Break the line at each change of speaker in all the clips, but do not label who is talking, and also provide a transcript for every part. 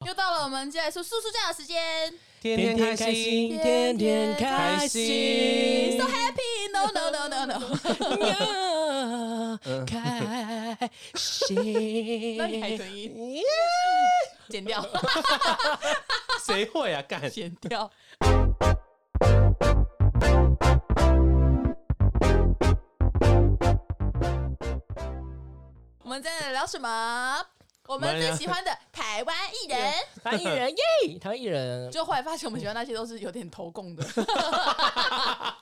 我们接下来是素素酱的时间
天
天天
天开
开
心
心，
天
天
天
天
开
开
心
心
，so happy，no no no no no，
开心
那你还可以剪掉，
谁会啊？干，
剪掉。我们在聊什么？我们最喜欢的台湾艺人，
台湾艺人耶，台湾艺人
就后来发现我们喜欢那些都是有点投共的。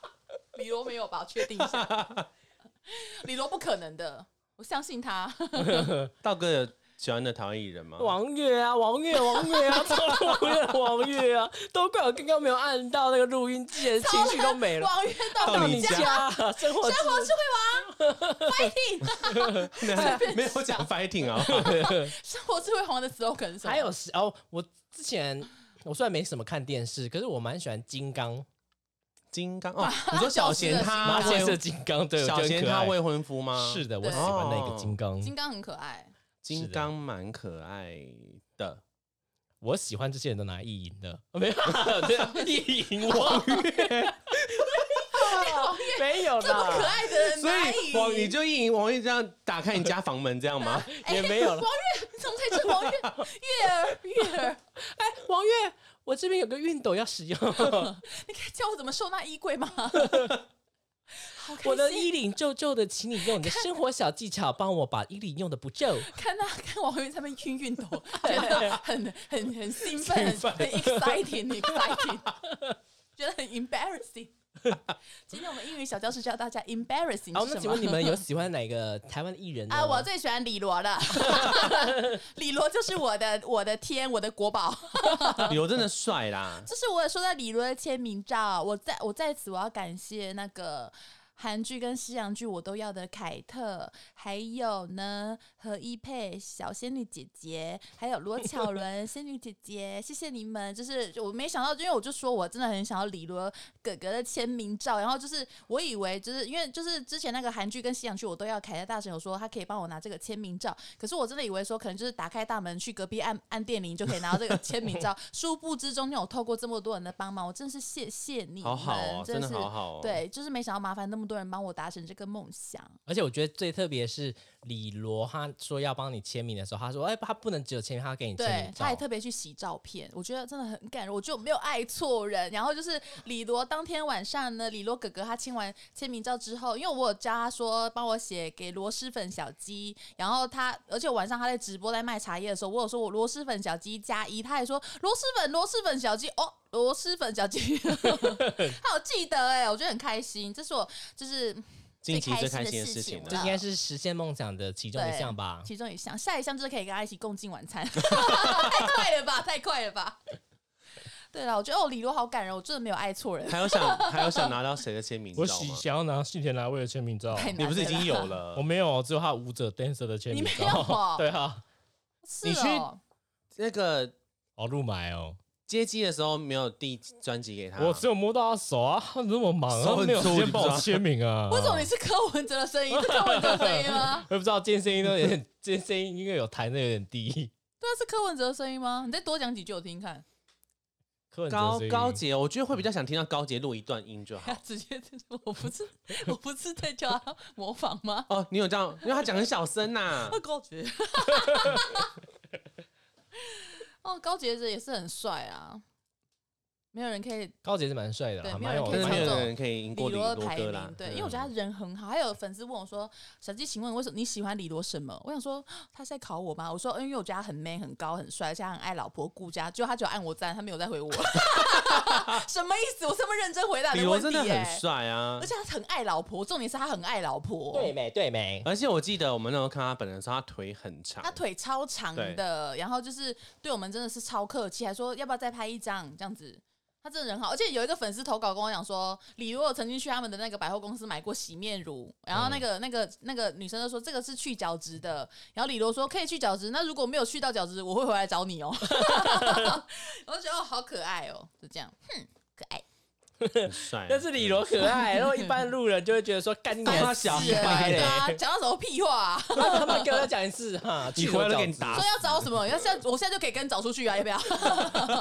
李罗没有吧？确定一下， 李罗不可能的，我相信 他。
道哥有喜欢的台湾艺人吗？
王月啊，王月，王月啊，超王月，王月啊，都怪我刚刚没有按到那个录音键，情绪都没了。
王源到
到
你
你
家，
家生活
生活智慧王，fighting！
没有讲 fighting 啊，
生活智慧王的 slogan 是什么？
还有是哦，我之前我虽然没什么看电视，可是我蛮喜欢金刚，
金刚哦，你说小贤他
麻
小
醉
未
社金刚，对，我觉
小
得
贤
很可
他
爱
未婚夫吗？
是的，我
对
喜欢那个金刚，
金刚很可爱，
金刚蛮可爱的。
我喜欢这些人都拿意淫的， 没有，对意淫王月，没有
这么可
啦，
爱的人
所
哪
以
里？
王你就意淫王玉这样打开你家房门这样 吗？
哎
也没有
王
了
月，你怎么可以吃王月？月儿，月儿，
哎，王月，我这边有个熨斗要使用，
你可以教我怎么收纳衣柜吗？好开心
我的衣领皱皱的，请你用你的生活小技巧帮我把衣领用的不皱。
看他看王源在那边晕晕 头，觉得很很很兴奋，很很 exciting，exciting，觉得很 embarrassing。今天我们英语小教室教大家 embarrassing
好，
是
那
什
请
么
问你们有喜欢哪个台湾艺 人呢
啊，我最喜欢李罗 了，李罗就是我的我的天，我的国 宝。
啊
刘真的 帅啦，
这是我有收到李罗的签名照，我在我在此我要感谢那个。韩剧跟西洋剧我都要的凯特，还有呢何一佩、小仙女姐姐，还有罗巧伦仙女姐姐，谢谢你们！就是我没想到，因为我就说我真的很想要李罗哥哥的签名照，然后就是我以为就是因为就是之前那个韩剧跟西洋剧我都要，凯特大神有说他可以帮我拿这个签名照，可是我真的以为说可能就是打开大门去隔壁按按电铃就可以拿到这个签名 照，殊不知中间有透过这么多人的帮忙，我真的是谢谢你们，
好好哦，真
的
的
是
好好哦。，
对，就是没想到麻烦那么多人帮我达成这个梦想。
而且我觉得最特别是李罗，他说要帮你签名的时候，他说：“哎，他不能只有签名，他要给你签
对
名，照。
他也”特别去洗照片，我觉得真的很感人。我觉得我没有爱错人。然后就是李罗当天晚上呢，李罗哥哥他签完签名照之后，因为我有教他说帮我写给螺蛳粉小鸡，然后他而且晚上他在直播在卖茶叶的时候，我有说我螺蛳粉小鸡加一，他还说螺蛳粉螺蛳粉小鸡哦。螺蛳粉小鸡， 他有记得哎、我觉得很开心。这是我就是
近期最开
最开心的
心的
事
事
情
情啊
了
这应该是实现梦想的其中一项吧。
其中一项，下一项就是可以跟他一起共进晚餐， 太快了吧，太快了吧。对了，我觉得哦，李罗好感人，我真的没有爱错人，
还有想还有想拿到谁的签名照
我
吗？
想要拿信田来未的签名照，
太难
你不是已
了啦
经有了
我？没有，只有他舞者 dancer 的签名
你没有哦
照。对啊，
是
你去
哦，
那个
哦，入埋哦，
接机的时候没有递专辑
啊
给他，
我只有摸到他手啊，他那么忙，
手
他
很
没有时
粗
间
你
帮
知道
我签名啊。
为什么你是柯文哲的声音？是柯文哲的声音吗？
我也不知道，今天声音都有 点，今天声音应该有弹的有点低。
对啊，是柯文哲的声音吗？你再多讲几句我听听看，
柯文哲
高
声音
高杰，我觉得会比较想听到高杰录一段音就好。
直接我不是我不是在叫他模仿吗？
哦，你有这样，因为他讲很小声 呐、
哦，高杰，哦，高杰这也是很帅啊，没有人可以
高杰是蛮帅的
对
啦，还
没
蛮
有
有
人
可
可以
能
蛮
没有
有
唱
人可以赢过
李
李
罗
罗
的排
哥啦
名，。对，因为我觉得
嗯
他人很好。还有粉丝问我说：“小鸡，请问为什么你喜欢李罗什么？”我想说他是在考我吗？我说：“嗯，因为我觉得他很 man、很高、很帅，而且他很爱老婆顾家。”结果他就按我赞，他没有再回我， 什么意思？我这么认真回答你
李
的
罗
问题、
真
耶
的很帅啊
而。且他很爱老婆，重点是他很爱老婆，
对，没对没。
而且我记得我们那时候看他本人的时候，他腿很长
他，腿超长的，然后就是对我们真的是超客气，还说要不要再拍一张这样子。他真的人好，而且有一个粉丝投稿跟我讲说，李若曾经去他们的那个百货公司买过洗面乳，然后那个、那个那个女生就说这个是去角质的，然后李若说可以去角质，那如果没有去到角质，我会回来 找你哦。我就觉得哦好可爱哦，就这样，哼，可爱。
很帅啊。
但是李罗可 爱，然后一般路人就会觉得说干你
他妈
娘哎
小
屁
白
孩
对
嘞，
啊，讲到什么屁话、啊？
他们给我再讲一 次哈，
你
去
回
我
来就
找
给你
死
打
说要找什么？要现在我现在就可以跟你找出去啊，要不要？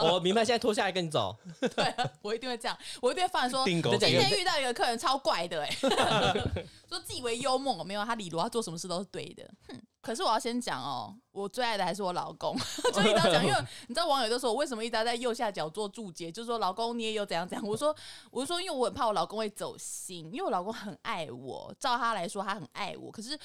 我明白，现在脱下来跟你走。
对啊，我一定会这样，我一定会发现说，
定狗
再讲
今
一个
天遇到一个客人超怪的、欸， 说自以为幽默，没有他李罗，他做什么事都是对的。哼，可是我要先讲哦，我最爱的还是我老公， 就一直要讲，因为你知道网友都说我为什么一直要在右下角做注解，就是说老公你也有怎样怎样。我说我说因为我很怕我老公会走心，因为我老公很爱我，照他来说他很爱我，可是。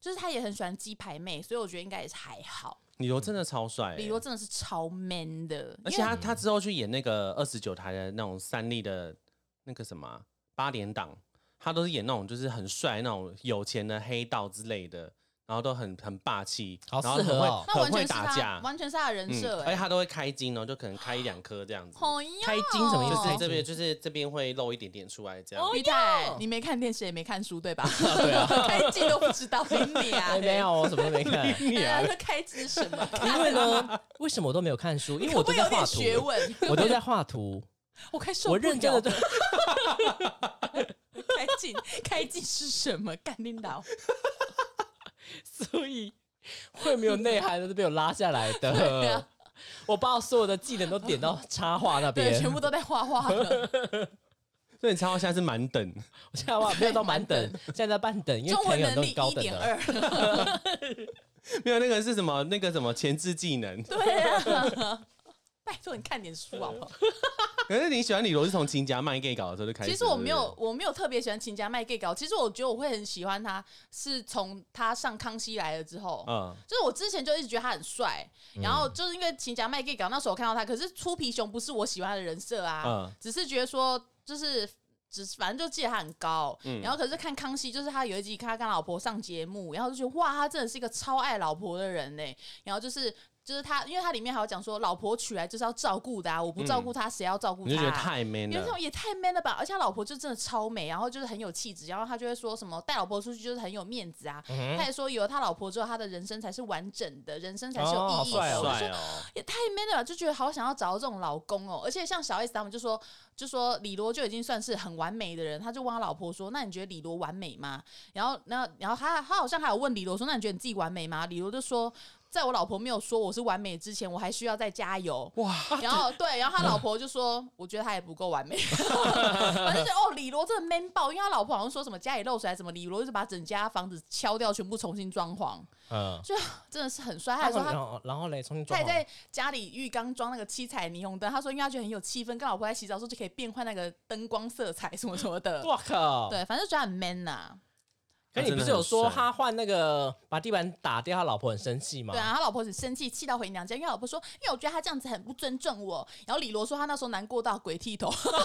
就是他也很喜欢鸡排妹，所以我觉得应该也是还好。
李罗真的超帅欸，
李罗真的是超 man 的，
而且
因为
他他之后去演那个二十九台的那种三立的那个什么啊八点档，他都是演那种就是很帅那种有钱的黑道之类的，然后都很很霸气，
好
然后
适
很
合
会
哦
那完
很
全
会
是
打
他，
架，嗯
完全是他的哦人设、
而且
哎、
他都会开金哦，就可能开一两颗这样子，
好呀，
开金什么意思
就
哦
是这边就是这边会露一点点出来这 样。
李
哟
泰，你没看电视也没看书对 吧？对啊，开机都不知道，你啊
哎，没有，我什么都没 看。
对啊，他开机是什么？
因为呢，为什么我都没有看书？因为我
可不
都
可以
在
有
画
点学
图，
问，
我都在画图，
我快受不
我
了了。
认 真的
开机，开机是什么？干领导，
所以会没有内涵的是被我拉下来
对啊
的。我把我所有的技能都点到插画那边
对，，全部都在画画了。
所以你超到现在是满等，
我现在画没有到满 等，现在在半等， 因为
中
朋
文
友
能
都
力
很高
一
等
点
的。
二，
没有那个是什么那个什么前置技能。
对啊。 拜托你看点书好不好？
可是你喜欢李罗是从《秦家卖 gay 搞》的时候就开
啊
始。
其实我
对不
没
对
有，我没有特别喜欢秦家卖 gay 搞。其实我觉得我会很喜欢他，是从他上康熙来了之后，
嗯，
就是我之前就一直觉得他很帅，然后就是因为《秦家麦 gay 搞》那时候我看到他，可是粗皮熊不是我喜欢的人设啊，
嗯
只是觉得说就是。只是反正就记得他很高，
嗯
然后可是看康熙，就是他有一集看他跟老婆上节目，然后就觉得哇，他真的是一个超爱老婆的人呢、然后就是就是他，因为他里面还有讲说，老婆娶来就是要照顾的啊，我不照顾他，谁要照顾他？啊
嗯你就觉得太 man
因为这
了
种。也太 man 了吧！而且他老婆就真的超美，啊然后就是很有气质，然后他就会说什么带老婆出去就是很有面子啊。
嗯
他也说有了他老婆之后，他的人生才是完整的，人生才是有
哦
意义
好帅
的。
哦
我就说
帅哦，
也太 man 了吧，就觉得好想要找到这种老公哦。而且像小 S 他们就说，就说李罗就已经算是很完美的人，他就问他老婆说：“那你觉得李罗完美吗？”然后，然后，然后他他好像还有问李罗说：“那你觉得你自己完美吗？”李罗就说。在我老婆没有说我是完美之前，我还需要再加油。
哇，
然后对，然后他老婆就说：“我觉得他也不够完美。”反正就哦，李罗真的 man 爆，因为他老婆好像说什么家里漏水还是什么，李罗就是把整家房子敲掉，全部重新装潢，
嗯，
真的是很帅。他还
然
说
后
他。
然后然后嘞，重新
他
装
也
潢。
在家里浴缸装那个七彩霓虹灯，他说因为他觉得很有气氛，跟老婆在洗澡的时候就可以变换那个灯光色彩什么什么的。
我靠！
对，反正就觉得很 man 啊呐、
可
他
哎你
真
不
的
是有
很
说
帅
他换那个把地板打掉，他老婆很生气吗？
对啊，他老婆很生气，气到回娘家，因为他老婆说，因为我觉得他这样子很不尊重我。然后李罗说他那时候难过到鬼剃头， 反正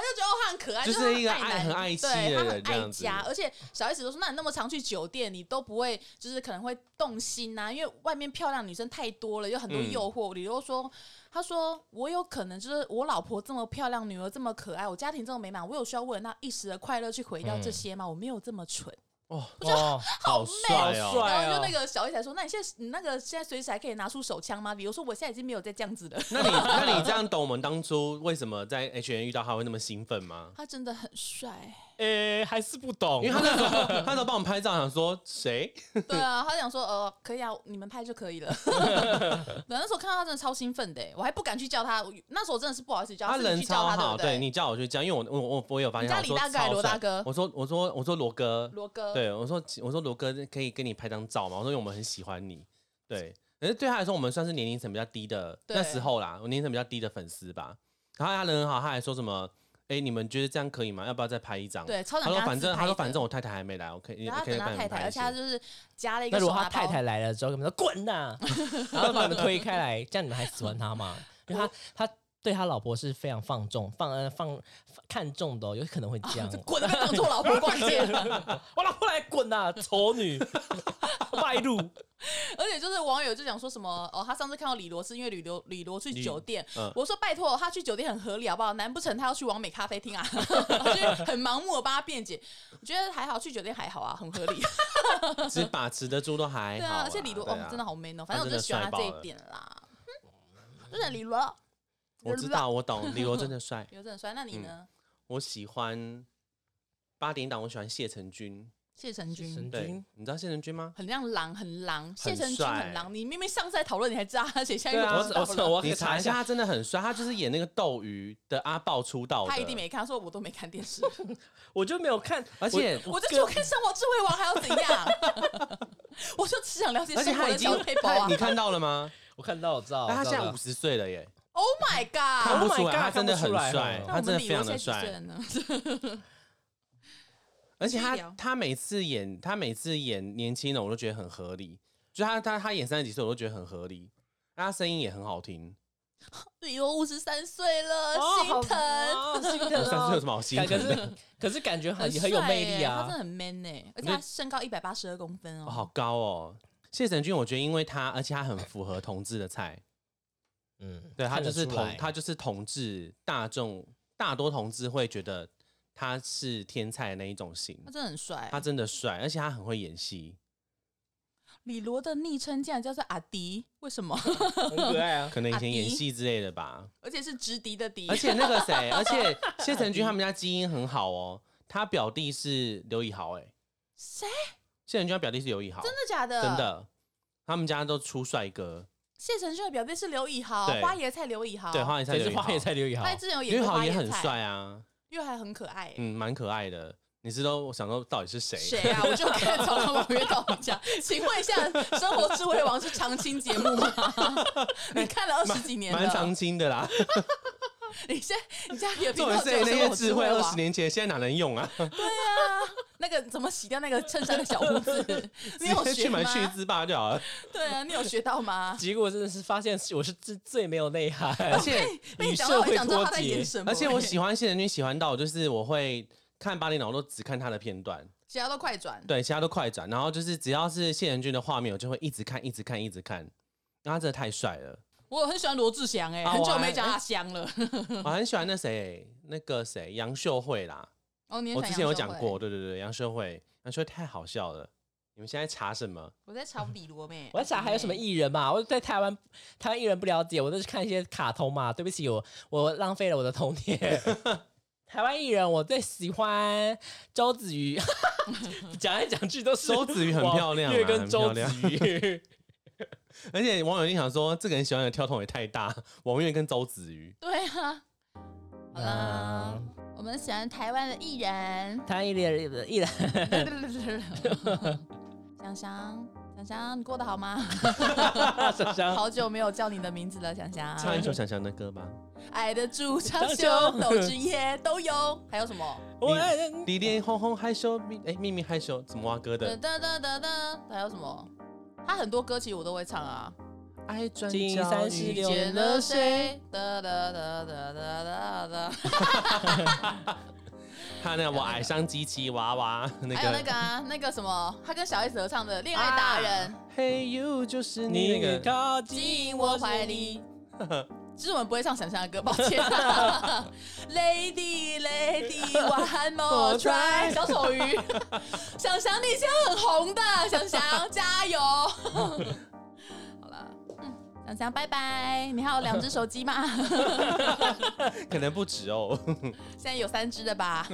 就觉得哦他很可爱，
就是
是
一个
他
爱
男
很爱妻
对
的
他
人
很
这
爱
样子
家，而且小 S 都说，那你那么常去酒店，你都不会就是可能会动心呐、因为外面漂亮女生太多了，有很多
嗯
诱惑。李罗说。他说：“我有可能就是我老婆这么漂亮，女儿这么可爱，我家庭这么美满，我有需要为了那一时的快乐去毁掉这
嗯
些吗？我没有这么蠢。”
哦，
哦，
好
好
帅哦！
帅
然后
哦
就那个小 S 才说：“那你现在你那个现在随时还可以拿出手枪吗？”比如说，我现在已经没有再这样子了。
那你那你这样懂我们当初为什么在 H N 遇到他会那么兴奋吗？
他真的很帅，
诶，还是不懂
因为，他那时候他那时候帮我们拍照，想说谁？
对啊，他想说呃，可以啊，你们拍就可以 了。对，那时候看到他真的超兴奋的欸，我还不敢去叫他，我那时候我真的是不好意思叫他，
他
是你
人
去叫
超
他
好，
对不对？
你叫我去叫，因为我我我我有发现他，
你叫
我
李大哥
说
还是
超
罗大
帅
哥
我说我说我说罗哥，
罗哥，
对我说我说罗哥可以跟你拍张照吗？我说因为我们很喜欢你，对。可是对他来说，我们算是年龄层比较低的
对
那时候啦，我年龄层比较低的粉丝吧。然后他人很好，他还说什么？哎、你们觉得这样可以吗？要不要再拍一张？
对超
他
想跟
说
他
反
自
正
拍
他说
的
反正我太太还没来，我可以
然
我
后他
可以
等
帮
他太
你
太，
们拍
而
一
且他
些。
就是加了一
那
个
如
手
果他
拿
太
包，
太来了之后，你们说滚呐、 然后把你们推开来，这样你们还喜欢他吗？因为他他对他老婆是非常放纵、放呃放放看重的、哦，有可能会这样。
滚了，被当做 老婆逛街。
我老婆来滚呐、丑女， 外露。
而且就是网友就讲说什么哦，他上次看到李罗是因为李罗李罗去
李
酒店，
嗯
我说拜托他去酒店很合理好不好？难不成他要去完美咖啡厅啊？ 我觉得很盲目的帮他辩解，我觉得还好，去酒店还好啊，很合理。
只把持得住都 还
对
好、
啊，而且李罗、
对
哦
啊
真的好 man 哦，反正我
他真
就
的
喜欢他
帅爆
这一
了
点啦。嗯，就是李罗。
我知道，我懂，李罗真的帅
刘正帅，那你
嗯
呢？
我喜欢八点档，我喜欢谢承君。
谢承
谢
君
承
对
君，
你知道谢承君吗？
很像狼，很狼。谢承君
帅
很狼，你明明上次在讨论，你还知道他写下一
对啊
个
我
知道
我
了
我我
你
可以
查
查
一
一
下，
下，
他真的很帅。他就是演那个斗鱼的阿豹出道的，
他一定没看，他说我都没看电 视，
我就没有看，
而且
我就说看生活智慧王还要怎样？ 我就只想了解
而且
生活
他已
的
经
小配，包
他
啊
你看到了吗？
我看到我知道，
但他
我
现
知道
在五十哦岁了耶，
！Oh my
看
god！
Oh
不
my
出来，
God，
他真的很
看不出来
帅
哦，
那
他
我
真的
们李
非
罗现
常
在
的
几岁
帅
了。呢？
而且
可
他
以聊
他每次演他每次演年轻人，我都觉得很合理。就他他他演三十几岁，我都觉得很合理。那他声音也很好听，
李罗五十三岁了，
哦
心疼。
好哦心疼哦，
三十岁有什么好心
感
疼
可
的？
是可是感觉很
帅
很有魅力
耶他真
啊
的，很 man 呢、而且他身高一百八十二公分哦。
哦，好高哦！谢承俊，我觉得因为他，而且他很符合同志的菜，
嗯，
对他
看
就
得
是
出
同
来
他就是同志大众大多同志会觉得他是天菜的那一种型
他，真的很帅。
他真的帅，而且他很会演戏，
李罗的昵称竟然叫做阿迪，为什么？
很可爱 啊，
可能以前
阿
演
迪
戏之类的吧。
而且是直敌的敌
而。且那个谁，而且谢承君他们家基因很好哦，他表弟是刘以豪、哎，
谁？
谢承君他表弟是刘以豪，
真的假的？
真。的，他们家都出帅哥，
谢承俊的表弟是刘以豪，
对
花椰菜刘以豪。
对，花椰菜
谁
刘
是
以
花
豪
野，菜刘以豪
他？之前有
刘
演
以
过
豪
花
也
椰菜，
很，帅啊，
又还很可爱、欸。
嗯，蛮可爱的。你知道我想说到底是谁？
谁啊？我就看从他们约到我家，请问一下，《生活智慧王》是常青节目吗？ 你看了二十几年
蛮
了
常，青的啦，
你现在你家里的频
重点
道只
是
有《
那
生
些
活
智
智
慧
慧
二
王
十》年前现在哪能用啊？
那个怎么洗掉那个衬衫的小胡子？ 你有
直接
学
去
吗
买？ 去字霸就好了。
对啊，你有学到吗？
结果真的是发现是我是最最没有内涵，
而且
被你
与
讲
社
到，我
会
想知道
脱
他在演
节。
什么、欸
而且我喜欢谢承君，喜欢到就是我会看八点档，我都只看他的片段。
其他都快转。
对，其他都快转，然后就是只要是谢仁君的画面，我就会一直看，一直看，一直看，然后他真的太帅了，
我很喜欢罗志祥、哎、
啊
很久
我
没
还
讲阿香了。嗯
我很喜欢那谁，那个谁杨秀慧啦，
哦，你也
我
喜欢
之前有
杨秀
讲
慧
过，，对对对，杨秀慧，杨秀慧太好笑了，你们现在查什么？
我在查李罗妹。
我在想还有什么艺人嘛？我对台湾台湾艺人不了解，我都是看一些卡通嘛。对不起，我我浪费了我的童 年。台湾艺人我最喜欢周子瑜， 讲来讲去都是
周子瑜很漂亮 啊
王月跟周子
很
瑜。
而且网友就想说，这个人喜欢的跳动也太大，王源跟周子瑜，
对啊。好啦
嗯，
我们喜欢台湾的艺人。
台湾艺人艺人
香香，香香，你过得好 吗？
手上
好久没有叫你的名字了，香香。
唱一首想想的歌吧。
矮的猪、长
长
袖、
袖
斗志也都有，还有什么？
我
李连红红害羞，秘哎秘密害羞，怎么挖歌
哒
的？
哒哒哒哒，还有什么？他很多歌其实我都会唱啊。
爱转
金
角
三十
遇
六
见了谁？哒哒哒哒哒哒哒。
他那我爱上机器娃娃 那
还有那
个
个啊，那个什么，他跟小 S 合唱的《恋爱达
啊
人》，
，Hey you 就是你那
你
个。
靠
进
近
我
我
怀
怀
里
里。。
其实我们不会唱想象的歌，抱 歉。Lady Lady One More Try，小 丑鱼，想想你现在很红的，想想加 油。好啦，嗯，想想拜拜。你 还有两只手机吗？
可能不止哦。
现在有三只了吧？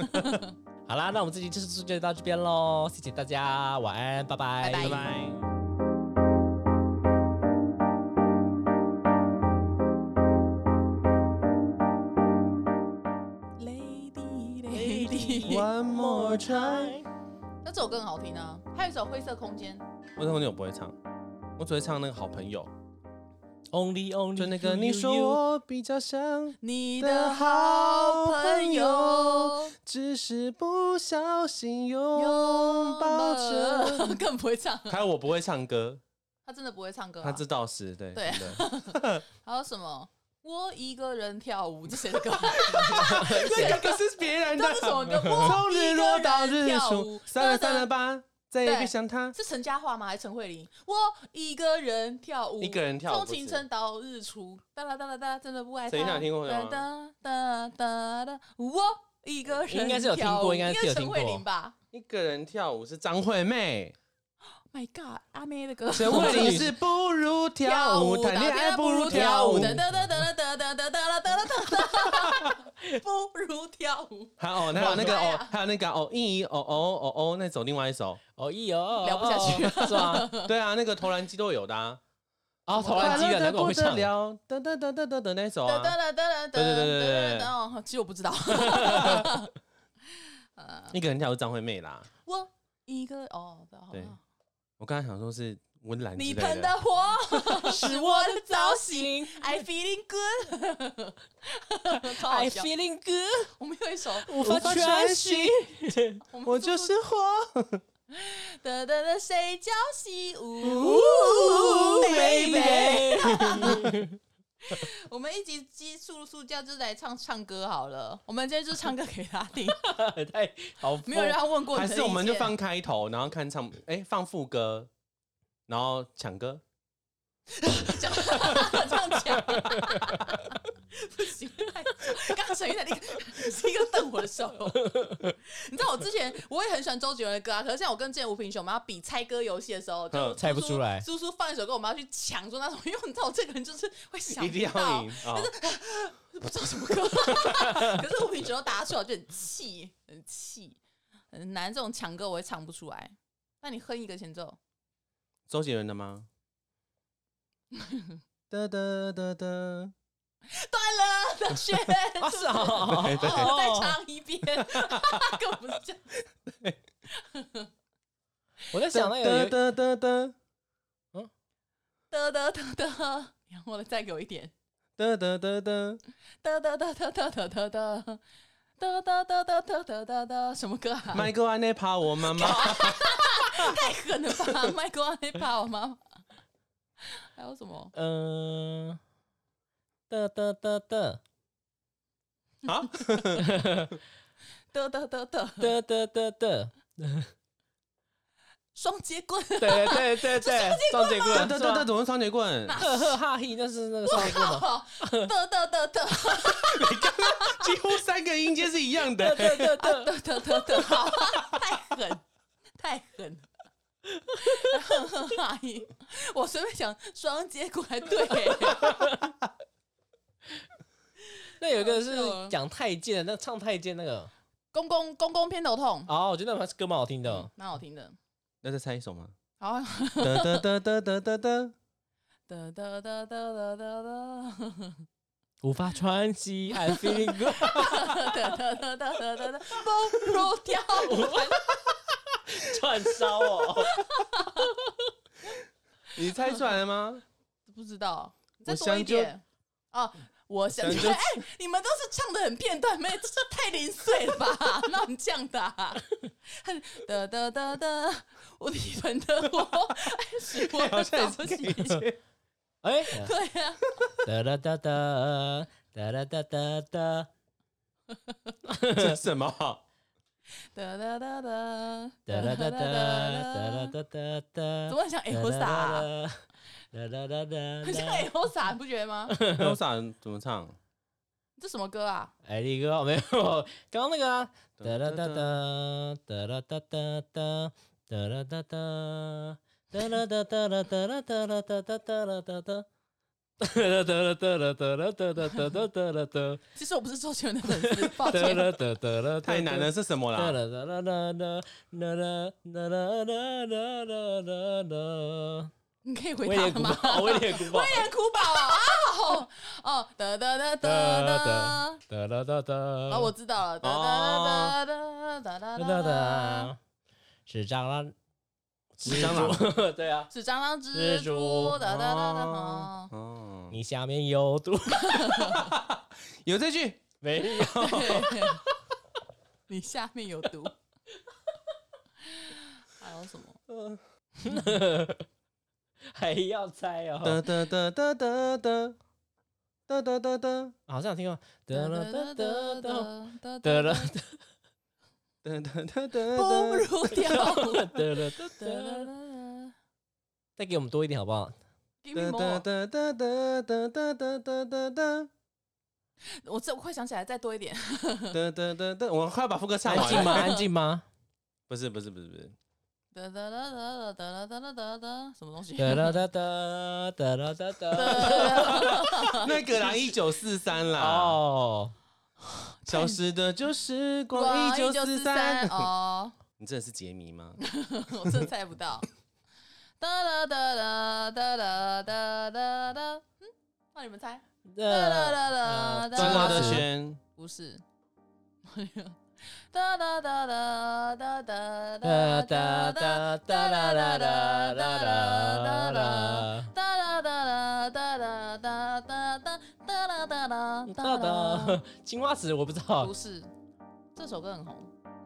好啦，那我们这期就是就到这边喽，谢谢大家，晚安，拜拜，
拜
拜拜。
Lady
One more try。
那这首歌很好听啊，还有一首《灰色空间》。
为什么你我不会唱？我只会唱那个好朋友，
Only Only，
就那个
you,
你说
you, you
我比较像，
你
的好朋友只是不小心拥 抱着。
更不会唱，
还有我不会唱歌，
他真的不会唱歌啊、
他知道是对
对
真的
还有什么？我一个人跳舞，这谁的 歌？
这个是别人的
这。是什么歌？我
从
一
日
个
落到
人
日
跳
出
舞，，
三了三了吧，再也
对
别想他。
是陈嘉桦吗？还是陈慧琳？我一个人跳舞，
一个人跳舞
从
不是
清晨到日出，哒啦哒啦哒，真的不爱他。
谁哪有听过这
哒
首啊
哒哒哒哒，我一个人
应该是有听过
跳舞
应该是有听过
陈慧琳吧
一个人跳舞是张惠妹，
？My God，阿妹的歌。
陈慧琳是不如跳舞，谈恋爱不如跳舞。
哒哒哒哒哒哒哒哒哒哒哒不如跳舞，
还有哦，还有那个
对
哦
啊，
还有那个哦，一哦哦哦哦，那首另外一首，
哦咦哦，
聊不下去
哦是吗？
对啊，那个投篮机都有的啊，
哦，投篮机的那个我会
快
唱，
乐得不得了，噔噔噔噔噔的那首
噔
啊，
噔噔噔噔噔
对对对对对
噔噔哦噔，其实我不知道。呃，
一个人跳是张惠妹啦，
我一个哦，好
对
好
我刚才想说是温岚之
你
类
喷
的，
的 火是我的
高
造型
兴
，I feeling good，超好
，I
笑
feeling good，
我们有一首，
无法
法
喘
喘
息。
我
我
们做
就是火，
得得得，谁叫习武？
Ooh,
baby 我们一集基速速教就来唱唱歌好了。我们今天就唱歌给他 听，
太好疯，
没有人要问过你
还
的
是我们就
意见
放开头，然后看唱，哎，放副歌，然后抢歌，
这样 这样讲， 不行，太久刚刚沈玉在那个 是一个瞪我的手。你知道我之前我也很喜欢周杰伦的歌啊，可是像我跟之前吴平雄，我们要比猜歌游戏的时候，就
嗯
苏苏
猜不出来
苏苏放一首歌，我们要去抢说那种，因为你知道我这个人就是会想
一定
不到
要赢啊！
不知道什么歌，可是我平时都答出来就很气，很气，很难。这种抢歌我也唱不出来。那你哼一个前奏，
周杰伦 的吗？哒哒哒哒，
断了 的弦，
啊是啊，
对对
哦，再唱一遍， 根本不是这样。
我在想那个有
哒哒哒
得得得得，你让我再给我一点，
哒哒哒哒，
得得得得得得得得。得得得得得得得得，什么歌啊？
迈克安内怕我妈妈，
太狠了吧！麦克那把我妈妈，还有什么？
呃
嗯，的的的的啊
得得得得，
的的的的，
双截棍，
对对对对对，双截
哒
棍，
哒哒
对
哒，啊怎么是双截棍？
呵呵哈嘿， 那是那个双截棍吗？
啊 得得得得。
几乎三个音阶是一样的。
对对
啊，
对，
得得得得， 好，啊太狠，太狠了。 哼哼阿姨，我随便想双截棍还 对、
那有一个
好笑啊
是讲太监的，那唱太监那个，
公公公公偏头痛，
哦，我觉得那歌蛮好听的
嗯，，蛮好听的。
那再猜一 首吗？
好，啊
哒哒哒哒哒哒哒，
得得得得得得得，
无法喘息，I feeling good，
得得得得得得得，不如跳舞。
串烧哦，
你猜出来 了吗？
不知道，再多
我
一
想就
点哦。我想，哎
想、就
你们都是唱的很片段，没有这太零碎了吧？ 那我们这样的、啊，哒哒哒哒，我你们的我，是我
好
的
像也
小
是可以
心。
接。
哎，
对啊呀、
哒哒哒哒哒哒哒哒哒
这 什么？
哒哒哒哒，
哒哒哒哒哒哒哒哒
怎，么很像 L 傻、啊？
哒哒哒哒
很像
哒。
L 傻，你不觉得吗？
潇洒怎么唱？
这什么歌啊？
哎，力哥没有，刚刚那个啊，哒哒哒哒哒哒哒哒哒哒哒哒哒哒哒哒哒哒哒哒哒哒哒哒哒哒哒。哒哒哒哒哒哒哒哒哒哒哒哒哒
其实我不是周杰伦的粉丝， 抱
哒
歉。
哒哒哒哒，
太难了，。是什么啦？
你可以
威
回答了
廉古
吗？
堡，威廉古堡
威，廉古堡啊！哦哦，哒哒哒哒哒。
哒哒哒哒。
啊，我知道了，哒哒哒哒哒哒哒
哒
哒哒，
哒，是蟑螂，
是蟑螂，
对啊，
是蟑螂蜘
蜘
蛛，
蛛
哒哒哒哒哒。
哦，
你下面有毒，
有这句
没有？
对你下面有毒。还有什么？
还要猜
哒
哦？
哒哒哒哒哒哒哒哒哒
好像有听过，
哒
哒
哒
哒
哒哒
哒哒哒
哒哒
哒
哒，
哒
哒哒哒
不
哒
如跳舞。
哒哒哒
哒哒
哒，
哒哒
再给我们多一点好不好？
，Give me
哒
more。
哒哒哒哒哒哒哒哒哒。
我这我快想起来，再多一点。
噔噔噔噔，我快要把副歌唱
安
完
静吗？
了。
安静吗？
不是不是不是不是，
哒哒哒哒哒哒哒哒哒哒，什么东西？
哒哒哒哒哒哒哒哒。
那个啦，一九四三啦。
哦，
消失的就是光，一九四三
1943。哦，
你真的是杰迷吗？
我真的猜不到。哒啦哒啦哒啦哒哒哒，嗯，那你们猜？哒啦
呃，
哒啦
呃
哒
中国
啦
的
哒，
轩，
不是。 哒哒哒哒哒哒
哒
哒哒哒。
哒哒哒啦啦啦啦啦啦。
哒啦哒啦哒啦哒哒哒哒啦哒啦
哒
哒
哒
啦，，
青花瓷我不知道
不，是，这首歌很红，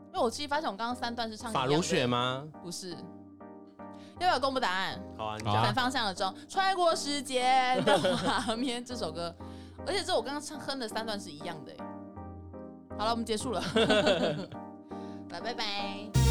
因为我其实发现我刚刚三段是唱
法
一样
如
的
雪吗？
不是，要不要公布答案？
好啊，你
好啊
讲。
反方向的钟，穿过时间的画面这首歌，而且这我刚刚唱哼的三段是一样的欸。好了，我们结束了，来，拜拜。